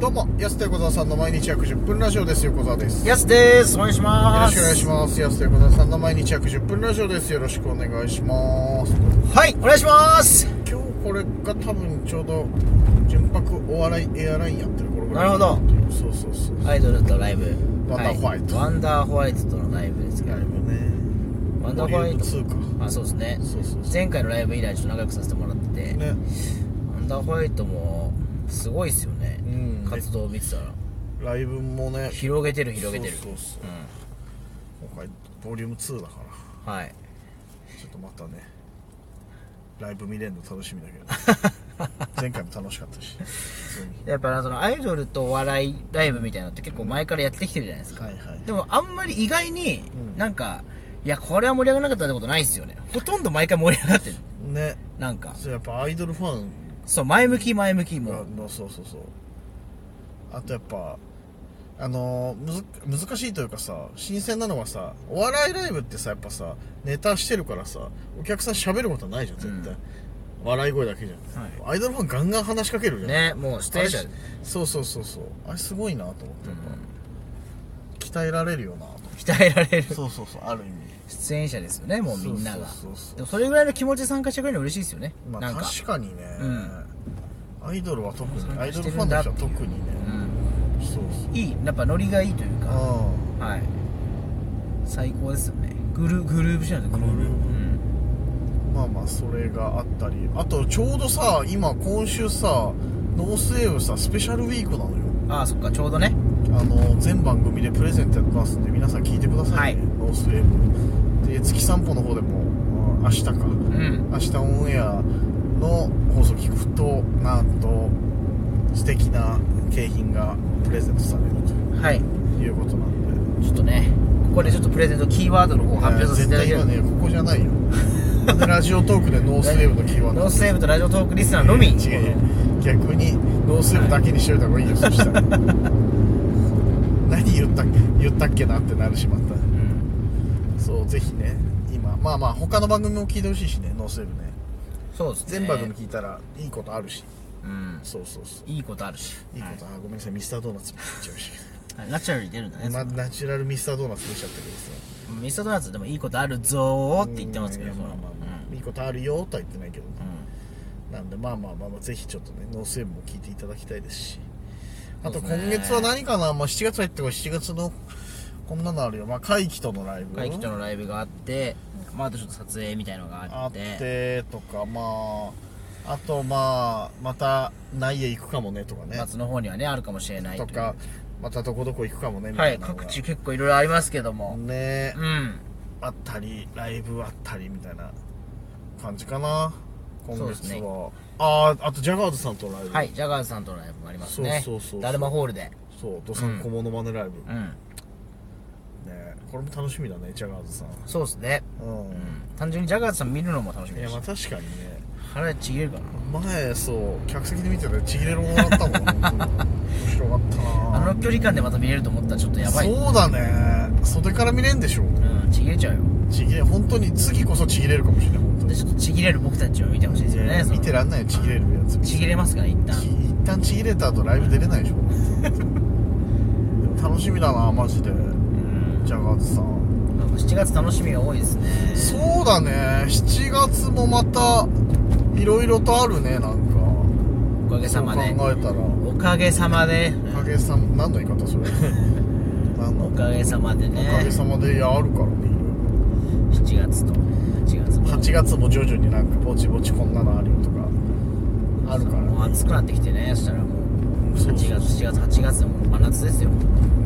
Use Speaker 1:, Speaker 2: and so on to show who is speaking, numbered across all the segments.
Speaker 1: どうも、やすと横澤さんの毎日約10分ラジオです。横澤です。よ
Speaker 2: やすですお願いし
Speaker 1: ろ
Speaker 2: ま
Speaker 1: し
Speaker 2: す
Speaker 1: くお願いします。やすと横澤さんの毎日約10分ラジオです。よろしくお願いします。
Speaker 2: すはいお願いします
Speaker 1: 今日これが多分ちょうど、純白お笑いエアラインやってる頃ぐらい。
Speaker 2: なるほど。
Speaker 1: そうそうそう。
Speaker 2: アイドルとライブ
Speaker 1: ワンダーホワイト
Speaker 2: はいワンダーホワイトとのライブですけど
Speaker 1: ライブね。
Speaker 2: ワンダーホワイト
Speaker 1: ボリューム2
Speaker 2: あそうですね
Speaker 1: そうそうそう
Speaker 2: 前回のライブ以来ちょっと長くさせてもらってて、
Speaker 1: か。ね。
Speaker 2: ワンダーホワイトもすごいっすよね、
Speaker 1: うん
Speaker 2: 活動を見てたら
Speaker 1: ライブもね、
Speaker 2: 広げてる広げてる
Speaker 1: そうそうそう今回、ボリューム2だから、
Speaker 2: うんはい
Speaker 1: ちょっとまたね、ライブ見れるの楽しみだ けど、ね、前回も楽しかったし、普通に。
Speaker 2: やっぱなそのアイドルとお笑いライブみたいなのって結構前からやってきてるじゃないですか、
Speaker 1: はいはい
Speaker 2: でもあんまり意外に
Speaker 1: うん
Speaker 2: なんか、いやこれは盛り上がらなかったってことないっすよねほとんど毎回盛り上がってる
Speaker 1: ね
Speaker 2: なんか
Speaker 1: そうやっぱアイドルファン
Speaker 2: そう前向き前向きもう
Speaker 1: がのそうそうそうあとやっぱあのーむず難しいというかさ新鮮なのはさお笑いライブってさやっぱさネタしてるからさお客さん喋ることないじゃん絶対、笑い声だけじゃん、アイドルファンガンガン話しかけるじゃん
Speaker 2: ねもう出
Speaker 1: あ
Speaker 2: 演
Speaker 1: れ
Speaker 2: 者
Speaker 1: そうそうそうそうあれすごいなと思ってやっぱ、鍛えられるよなと思って
Speaker 2: 鍛えられる
Speaker 1: そうそうそうある意味
Speaker 2: 出演者ですよねもうみんなが
Speaker 1: そうそうそうそう
Speaker 2: でもそれぐらいの気持ちで参加してくれるの嬉しいですよね、
Speaker 1: ま
Speaker 2: な
Speaker 1: あ
Speaker 2: んか
Speaker 1: 確かにね、
Speaker 2: うん
Speaker 1: アイドルは特
Speaker 2: 参
Speaker 1: にアイ
Speaker 2: 加
Speaker 1: ド
Speaker 2: し
Speaker 1: ル
Speaker 2: て
Speaker 1: フ
Speaker 2: る
Speaker 1: ァン
Speaker 2: んだ
Speaker 1: の
Speaker 2: って
Speaker 1: 人
Speaker 2: い
Speaker 1: は
Speaker 2: う
Speaker 1: 特にね、そうそう
Speaker 2: うん、いいやっぱノリがいいというか
Speaker 1: あ
Speaker 2: はい最高ですよねグルグルーブしないとグルーブ
Speaker 1: グルーブあまあまあそれがあったりあとちょうどさ今今週さノースウェーブさスペシャルウィークなのよ
Speaker 2: うんああそっかちょうどね
Speaker 1: あの全番組でプレゼントやってますんで皆さん聞いてくださいね、
Speaker 2: はい
Speaker 1: ノースウェーブで月散歩の方でもあ明日か
Speaker 2: うん
Speaker 1: 明日オンエアの放送聞くとなんと素敵な景品がプレゼントされる
Speaker 2: はい
Speaker 1: ということなんで
Speaker 2: ちょっとねここでちょっとプレゼントキーワードの方を発表させていただき
Speaker 1: や
Speaker 2: ます
Speaker 1: 絶対今ねここじゃないよなんでラジオトークでノースウェーブのキーワード
Speaker 2: ノースウェーブとラジオトークリスナーのみ、
Speaker 1: 違う違う逆にノースウェーブだけにしといた方がいいよ、そしたら 何言ったっけ言ったっけなってなるしまった
Speaker 2: うん、
Speaker 1: そうぜひね今まあまあ他の番組も聞いてほしいしねノースウェーブね
Speaker 2: そうですね
Speaker 1: 全番組聞いたらいいことあるし、
Speaker 2: うん
Speaker 1: そうそうそう
Speaker 2: いいことあるし
Speaker 1: いいこと、あごめんなさいミスタードーナツも言っちゃうし、
Speaker 2: はいナチュラルに出るんだね、
Speaker 1: ま、ナチュラルミスタードーナツ出ちゃったけどさ
Speaker 2: ミスタードーナツでもいいことあるぞーって言ってますけど
Speaker 1: うんまあまあまあいいことあるよとは言ってないけど、ね、なんでまあまあまあまあぜひちょっとねノースウェーブも聞いていただきたいですしあと
Speaker 2: そうです
Speaker 1: 今
Speaker 2: ね
Speaker 1: 月は何かな、まあ、7月入ってから7月のこんなのあるよまあ会期とのライブ
Speaker 2: 会期とのライブがあって、まあ、あとちょっと撮影みたいのがあ
Speaker 1: あ
Speaker 2: っ
Speaker 1: っててとかまああとまあまた内へ行くかもねとかね
Speaker 2: 松の方にはねあるかもしれない
Speaker 1: と
Speaker 2: いう
Speaker 1: かまたどこどこ行くかもねみた
Speaker 2: はいい
Speaker 1: なのが
Speaker 2: 各地結構いろいろありますけども、
Speaker 1: ね
Speaker 2: うん
Speaker 1: あったりライブあったりみたいな感じかな今
Speaker 2: そうです
Speaker 1: 月
Speaker 2: ね
Speaker 1: は、あああとジャガーズさんとのライブ、
Speaker 2: はいジャガーズさんとのライブもありますね
Speaker 1: そうそうそうそう
Speaker 2: ダルマホールで
Speaker 1: そうドサンコモノマネライブ、
Speaker 2: うん
Speaker 1: ねこれも楽しみだねジャガーズさん
Speaker 2: そうですね、
Speaker 1: うん、
Speaker 2: うん、単純にジャガーズさん見るのも楽しみ
Speaker 1: い
Speaker 2: で
Speaker 1: や
Speaker 2: す
Speaker 1: まあ確かにね
Speaker 2: 腹ちぎれるかな
Speaker 1: 前そう客席で見てたらちぎれるものだったもん本当に面白かったな
Speaker 2: あの距離感でまた見れると思ったらちょっとやばい、
Speaker 1: そうだね袖から見れんでしょ
Speaker 2: うん、ちぎれちゃうよ
Speaker 1: ちぎれ本当に次こそちぎれるかもしれない本当
Speaker 2: で
Speaker 1: に
Speaker 2: ちょっとちぎれる僕たちを見てほしいですよねその
Speaker 1: 見てらんないよちぎれるやつ
Speaker 2: ちぎれますから一旦
Speaker 1: ち一旦ちぎれた後ライブ出れないでしょでも楽しみだなマジで
Speaker 2: うん
Speaker 1: ジャガーズさん
Speaker 2: 7月楽しみが多いですね
Speaker 1: そうだね7月もまたいろいろとあるねなんか
Speaker 2: おかげさまで
Speaker 1: そう考えたら
Speaker 2: おかげさまで
Speaker 1: おかげさま何の言い方そ れ何の
Speaker 2: おかげさまで
Speaker 1: おか
Speaker 2: ね
Speaker 1: げさまでいやあるからね
Speaker 2: 7月と8月も
Speaker 1: 8月も徐々になんかぼちぼちこんなのあるよとかあるからね
Speaker 2: もう暑くなってきてねそしたらもう
Speaker 1: そ
Speaker 2: 8
Speaker 1: う
Speaker 2: 月
Speaker 1: そう
Speaker 2: 7月8月でもう真夏ですよ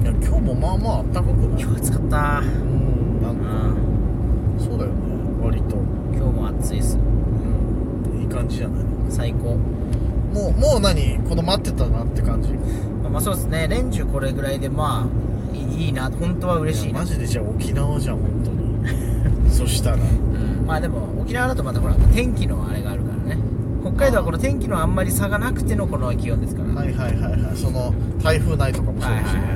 Speaker 1: いや今日もまあまああったかくない
Speaker 2: 今日暑かった
Speaker 1: うんな
Speaker 2: うん
Speaker 1: か
Speaker 2: ん
Speaker 1: そうだよね割と、
Speaker 2: 今日も暑いっす
Speaker 1: いい感じじゃない
Speaker 2: 最高
Speaker 1: もうもう何この待ってたなって感じ
Speaker 2: まあまあそうですね連中これぐらいでまあいいいな本当は嬉しい
Speaker 1: や
Speaker 2: な
Speaker 1: マジでじゃあ沖縄じゃん本当 にそしたら
Speaker 2: うんまあでも沖縄だとまたほら天気のあれがあるからね北海道はこの天気のあんまり差がなくてのこの気温ですから
Speaker 1: はいはいはいはいその台風内とかもそう
Speaker 2: はい
Speaker 1: だしね、
Speaker 2: は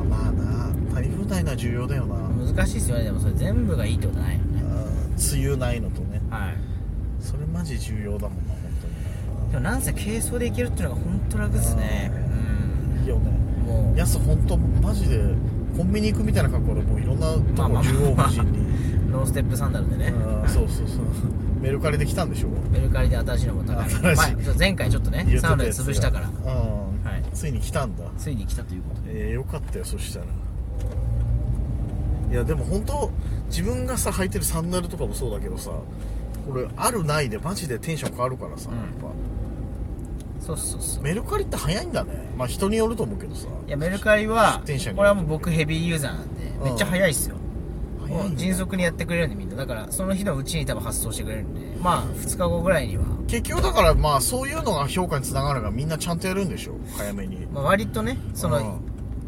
Speaker 1: あまあな台風内のは重要だよな、う
Speaker 2: いはい難しいですよねでもそれ全部がいいってことないよね
Speaker 1: ん梅雨ないのとね
Speaker 2: はい
Speaker 1: それマジ重要だもんな本当に
Speaker 2: でもなんせ軽装でいけるっていうのが本当楽ですね
Speaker 1: うんいいよね
Speaker 2: もう
Speaker 1: やすほんとマジでコンビニ行くみたいな格好でもういろんなとこ
Speaker 2: まあまあまあ
Speaker 1: 縦横無尽に
Speaker 2: ノンステップサンダルでね
Speaker 1: あーそうそうそうメルカリで来たんでしょ
Speaker 2: メルカリで新しいのも高
Speaker 1: 新
Speaker 2: い
Speaker 1: しい
Speaker 2: 前そう前回ちょっとね
Speaker 1: 言って
Speaker 2: サウナで
Speaker 1: やつが
Speaker 2: 潰したから
Speaker 1: うん、
Speaker 2: はい
Speaker 1: ついに来たんだ
Speaker 2: ついに来たということで
Speaker 1: えー、よかったよそしたらいやでも本当自分がさ履いてるサンダルとかもそうだけどさこれあるないでマジでテンション変わるからさ、
Speaker 2: うん
Speaker 1: やっぱ
Speaker 2: そうそうそう
Speaker 1: メルカリって早いんだねまあ人によると思うけどさ
Speaker 2: いやメルカリは
Speaker 1: 出
Speaker 2: こ
Speaker 1: 店者
Speaker 2: れ
Speaker 1: に
Speaker 2: はもう僕ヘビーユーザーなんで
Speaker 1: うん
Speaker 2: めっちゃ早いっすよ
Speaker 1: 早いんだ
Speaker 2: 迅速にやってくれるんでみんなだからその日のうちに多分発送してくれるんでまあ2日後ぐらいには、
Speaker 1: 結局だからまあそういうのが評価につながるからみんなちゃんとやるんでしょ早めに
Speaker 2: まあ、割とねその
Speaker 1: う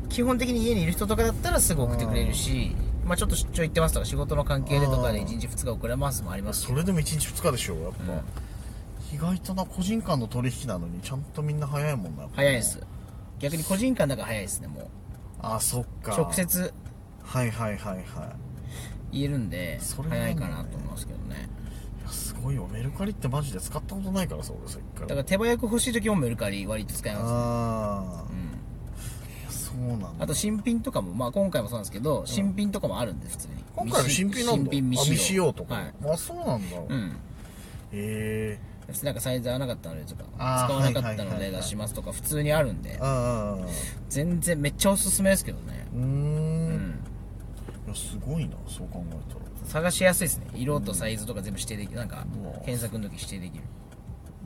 Speaker 2: 基本的に家にいる人とかだったらすぐ送ってくれるしまあちょっと出張行ってますとか仕事の関係でとかで
Speaker 1: うん
Speaker 2: 1日2日遅れますもありま
Speaker 1: ん
Speaker 2: す
Speaker 1: それでも1日2日でしょやっぱ、
Speaker 2: うん
Speaker 1: 意外とな個人間の取引なのにちゃんとみんな早いもんな
Speaker 2: 早いです逆に個人間だから早いですねも
Speaker 1: あそっ
Speaker 2: う
Speaker 1: か
Speaker 2: 直接
Speaker 1: はいはいはいはい
Speaker 2: 言えるんで
Speaker 1: それはいい
Speaker 2: 早
Speaker 1: ね
Speaker 2: いかなと思いますけどね
Speaker 1: いやすごいよメルカリってマジで使ったことないからさ俺さっきか
Speaker 2: だ
Speaker 1: ら
Speaker 2: から手早く欲しい時もメルカリ割と使います
Speaker 1: あ
Speaker 2: う
Speaker 1: あ
Speaker 2: ん
Speaker 1: いやそうなんだ
Speaker 2: あと新品とかも、まあ、今回もそうなんですけど、新品とかもあるんで普通に
Speaker 1: 今回の新品なんだ
Speaker 2: 新品未
Speaker 1: あ
Speaker 2: 使用
Speaker 1: 未使用とか、
Speaker 2: はい
Speaker 1: あそうなんだ、
Speaker 2: う
Speaker 1: へ
Speaker 2: ん
Speaker 1: え
Speaker 2: 別になんかサイズ合わなかったのでとか使
Speaker 1: あー
Speaker 2: わなかった
Speaker 1: はいは
Speaker 2: の
Speaker 1: いはいは
Speaker 2: で
Speaker 1: い
Speaker 2: 出しますとか普通にあるんで
Speaker 1: ああ
Speaker 2: 全然めっちゃおすすめですけどね
Speaker 1: うーん
Speaker 2: うんん
Speaker 1: いやすごいなそう考えたら
Speaker 2: 探しやすいですね色とサイズとか全部指定できるなんか
Speaker 1: うわ
Speaker 2: 検索の時指定できる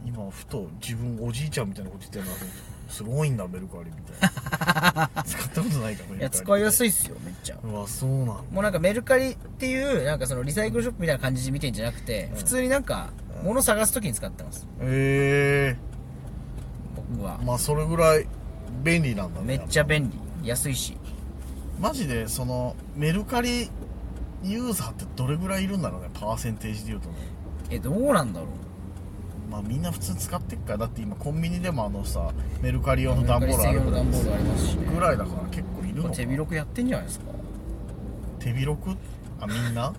Speaker 1: 今ふと自分おじいちゃんみたいなこと言ってるなと思ってすごいんだメルカリみたい な使ったことないからメルカリ
Speaker 2: いや使いや
Speaker 1: い
Speaker 2: すいっすよめっちゃ
Speaker 1: うわそうなんだ
Speaker 2: もうなんかメルカリっていうなんかそのリサイクルショップみたいな感じで見てんじゃなくて普通になんか物探す時に使ってます
Speaker 1: え
Speaker 2: 僕は
Speaker 1: えまあそれぐらい便利なんだね
Speaker 2: めっちゃ便利安いし
Speaker 1: マジでそのメルカリユーザーってどれぐらいいるんだろうねパーセンテージでいうとね
Speaker 2: えどうなんだろう
Speaker 1: まあみんな普通使ってっからだって今コンビニでもあのさメルカリ用の
Speaker 2: メルカ
Speaker 1: 段ボ
Speaker 2: リ
Speaker 1: ールあ
Speaker 2: 専
Speaker 1: る
Speaker 2: 用
Speaker 1: ぐ
Speaker 2: の
Speaker 1: らい
Speaker 2: 段ボールありますし、ね、
Speaker 1: ぐらいだから結構いるのか
Speaker 2: 手広くやってんじゃないですか
Speaker 1: 手広くあみんな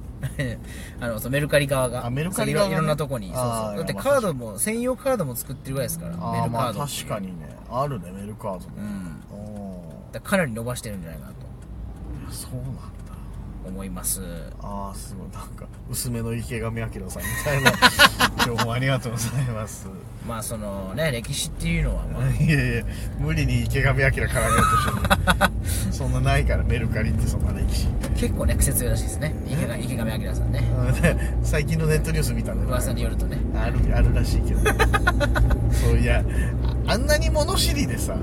Speaker 2: あのそうメルカリ側が
Speaker 1: あメルカリ側がね
Speaker 2: そういろいろんなとこにそうそう
Speaker 1: あー
Speaker 2: だって
Speaker 1: まあ
Speaker 2: カードも専用カードも作ってるぐらいですからメ
Speaker 1: ああ
Speaker 2: ルカ
Speaker 1: ま
Speaker 2: ー
Speaker 1: あ
Speaker 2: ド
Speaker 1: 確かにねあるねメルカード
Speaker 2: う
Speaker 1: ね、う
Speaker 2: ん
Speaker 1: ん、
Speaker 2: だからかなり伸ばしてるんじゃないかなと
Speaker 1: そうなんだ
Speaker 2: 思います
Speaker 1: ああすごいなんか薄めの池上彰さんみた いな今日もありがとうございます
Speaker 2: まあそのね歴史っていうのはまあ
Speaker 1: いやいや無理に池上彰絡めようと してるそんなないからメルカリってそんな歴史
Speaker 2: 結構ね癖強いらしいですね池上池上彰さんね
Speaker 1: うんで最近のネットニュース見たんだけど
Speaker 2: 噂によるとね
Speaker 1: あるあるらしいけ どそういやあんなに物知りでさ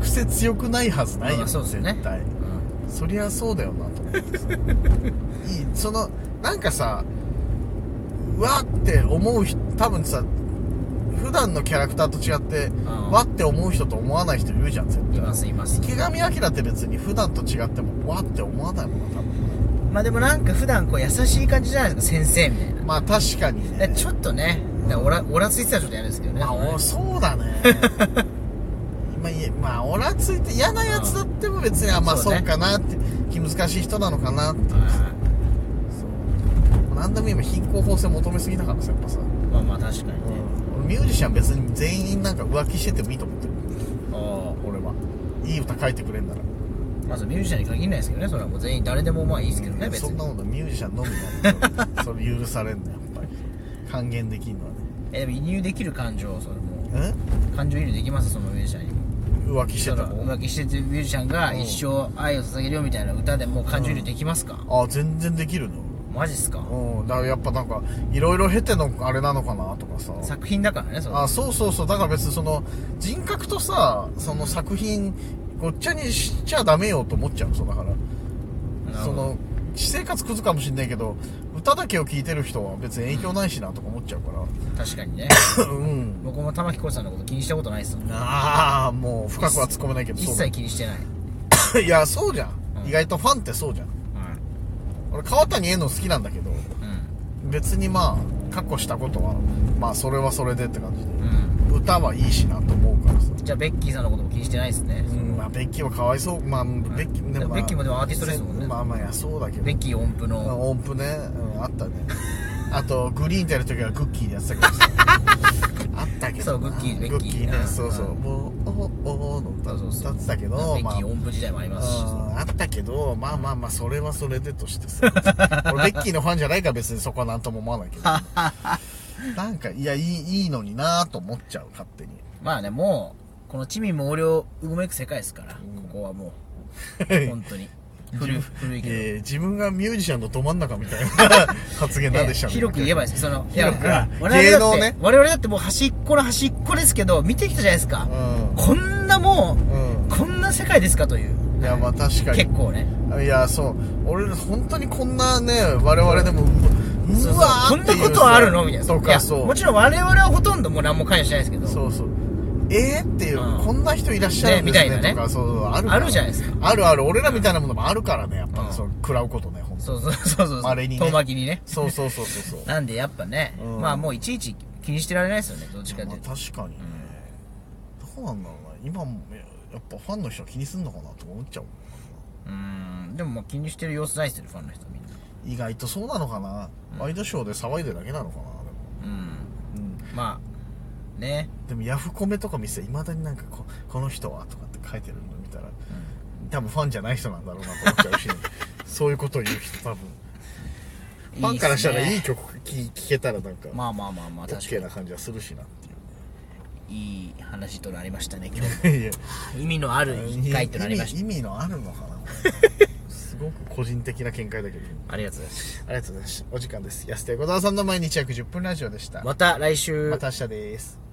Speaker 1: 癖強くないはずない
Speaker 2: ま
Speaker 1: よ
Speaker 2: あそうですよね
Speaker 1: 絶対
Speaker 2: うん
Speaker 1: そりゃそうだよなと思ってさいいそのなんかさうわって思う人多分さ普段のキャラクターと違って
Speaker 2: ん
Speaker 1: わって思う人と思わない人いるじゃん絶
Speaker 2: いますいます
Speaker 1: 対池上彰って別に普段と違ってもわって思わないもんな多分
Speaker 2: まあでもなんか普段こう優しい感じじゃないですか先生みたいな
Speaker 1: まあ確かにね
Speaker 2: だからちょっとねだからオラオラついてたらちょっと嫌ですけどね
Speaker 1: まあおそうだね まあいえまあオラついて嫌なやつだっても別にあまあ
Speaker 2: そう
Speaker 1: そ
Speaker 2: ね
Speaker 1: うかなって気難しい人なのかなって
Speaker 2: はい
Speaker 1: そう何でも今貧困法制求めすぎだからさやっぱさ、
Speaker 2: まあまあ確かにね、
Speaker 1: 俺ミュージシャン別に全員なんか浮気しててもいいと思ってる
Speaker 2: あ
Speaker 1: 俺はいい歌書いてくれんなら
Speaker 2: あまあそのミュージシャンに限らないですけどねそれはもう全員誰でもまあいいですけどね別
Speaker 1: そん
Speaker 2: に
Speaker 1: なものミュージシャンのみ なんだそれ許されんのやっぱり還元できんのはね
Speaker 2: えでも移入できる感情それも感情移入できますそのミュージシャンにも
Speaker 1: ん浮気して
Speaker 2: そ
Speaker 1: て
Speaker 2: の
Speaker 1: も
Speaker 2: 浮気しててミュージシャンが
Speaker 1: うん
Speaker 2: 一生愛を捧げるよみたいな歌でも感情移入できますか、
Speaker 1: ああ全然できるの
Speaker 2: マジっすか、
Speaker 1: うんだからやっぱなんかいろいろ経てのあれなのかなとかさ
Speaker 2: 作品だからねその
Speaker 1: あそうそうそうだから別にその人格とさその作品ごっちゃにしちゃダメよと思っちゃうそうだから
Speaker 2: なる
Speaker 1: そ
Speaker 2: ほど
Speaker 1: の私生活クズかもしんないけど歌だけを聴いてる人は別に影響ないしなとか思っちゃうか
Speaker 2: 確かにね
Speaker 1: ら うん
Speaker 2: 僕も玉置浩二さんのこと気にしたことないっすもん
Speaker 1: ああもう深くは突っ込めないけど
Speaker 2: 一
Speaker 1: そう
Speaker 2: 切気にしてない、
Speaker 1: だいやそうじゃん、
Speaker 2: うん
Speaker 1: 意外とファンってそうじゃん俺川谷絵の好きなんだけど
Speaker 2: うん
Speaker 1: 別にまあ過去したことはまあそれはそれでって感じで
Speaker 2: うん
Speaker 1: 歌はいいしなと思うからさ
Speaker 2: じゃあベッキーさんのことも気にしてないですね、
Speaker 1: うんまあベッキーはかわいそうまあベッキー
Speaker 2: でもベッキーもでもアーティストですもんね
Speaker 1: まあまあいやそうだけど
Speaker 2: ベッキー音符
Speaker 1: まあ
Speaker 2: の
Speaker 1: 音符ね、うん、あったねあとグリーンでやる時はグッキーでやってたけどさあったけどな
Speaker 2: そうグッキー
Speaker 1: グ
Speaker 2: グ
Speaker 1: ッ
Speaker 2: ッ
Speaker 1: キ
Speaker 2: キー
Speaker 1: ーね
Speaker 2: うん
Speaker 1: そうそう
Speaker 2: うん
Speaker 1: もうおおおの歌
Speaker 2: そうそうそ
Speaker 1: 立っ
Speaker 2: う
Speaker 1: てたけ
Speaker 2: 北
Speaker 1: ど、まあ、
Speaker 2: 京音符時代もありますし
Speaker 1: うんあったけど、まあまあまあ、それはそれでとしてさ。俺、ベッキーのファンじゃないから別にそこはなんとも思わないけど。なんか、いや、いい、いいのになぁと思っちゃう、勝手に。
Speaker 2: まあねもうこの地味猛量うごめく世界ですから、ここはもう本当に古い古いけど、
Speaker 1: えー自分がミュージシャンのど真ん中みたいな発言なんでした
Speaker 2: ええ広く言えばいいですそのいや
Speaker 1: 広くあ
Speaker 2: 我々だっ
Speaker 1: 芸能
Speaker 2: て、
Speaker 1: ね
Speaker 2: 我々だってもう端っこの端っこですけど見てきたじゃないですか、
Speaker 1: う
Speaker 2: こんなも
Speaker 1: ん。
Speaker 2: うこんな世界ですかという
Speaker 1: うん。いや、まあ確か
Speaker 2: 結構ね
Speaker 1: に。いや、そう。俺、本当にこんなね、我々でも、う
Speaker 2: そうう
Speaker 1: わ
Speaker 2: そう
Speaker 1: ーっ
Speaker 2: こん
Speaker 1: てい
Speaker 2: な
Speaker 1: う
Speaker 2: ことあるのみたいな
Speaker 1: と
Speaker 2: い
Speaker 1: か、
Speaker 2: や
Speaker 1: そう
Speaker 2: も。ちろん我々はほとんどもう何も関与してないですけど
Speaker 1: そうそう。えー、っていう、
Speaker 2: うん
Speaker 1: こんな人いらっしゃるんですね
Speaker 2: ねみたいなね
Speaker 1: とか、そうそう、あるから
Speaker 2: あるじゃないですか。
Speaker 1: あるある、俺らみたいなものもあるからね、やっぱ、
Speaker 2: うん
Speaker 1: そう、食らうことね、ほんと。
Speaker 2: そうそうそうそう
Speaker 1: 稀にね
Speaker 2: 遠巻きにね
Speaker 1: そうそうそう そうそう。
Speaker 2: なんでやっぱね、
Speaker 1: うん
Speaker 2: まあもういちいち気にしてられないですよねどっちかって
Speaker 1: ま
Speaker 2: いうと
Speaker 1: あ確かにね。どうなんだろうな。今も、いややっぱファンの人は気にすんのかなとか思っちゃうもん。
Speaker 2: うーんでももう気にしてる様子ないですよねファンの人みんな
Speaker 1: 意外とそうなのかな。ワイドショーで騒いでるだけなのかな、でも。
Speaker 2: うん
Speaker 1: うん。
Speaker 2: まあね、
Speaker 1: でもヤフコメとか見せて、いまだになんかこ、この人はとかって書いてるの見たら、多分ファンじゃない人なんだろうなと思っちゃう し、そういうことを言う人多分。
Speaker 2: うん
Speaker 1: ファンからしたらい
Speaker 2: っ
Speaker 1: い
Speaker 2: すね
Speaker 1: 曲聴けたらなんか、
Speaker 2: まあまあまあまあ
Speaker 1: オッケ
Speaker 2: 確
Speaker 1: ー
Speaker 2: か
Speaker 1: な感じはする しなって
Speaker 2: にいい話となりましたね今日
Speaker 1: いう。いや
Speaker 2: 意味のある一回となりまし
Speaker 1: 意味意味のあるのか なこれすごく個人的な見解だけど。
Speaker 2: たありがとうございます
Speaker 1: ありがとうございました。お時間です。安田横澤さんの毎日約10分ラジオでした。
Speaker 2: また来週
Speaker 1: また明日です。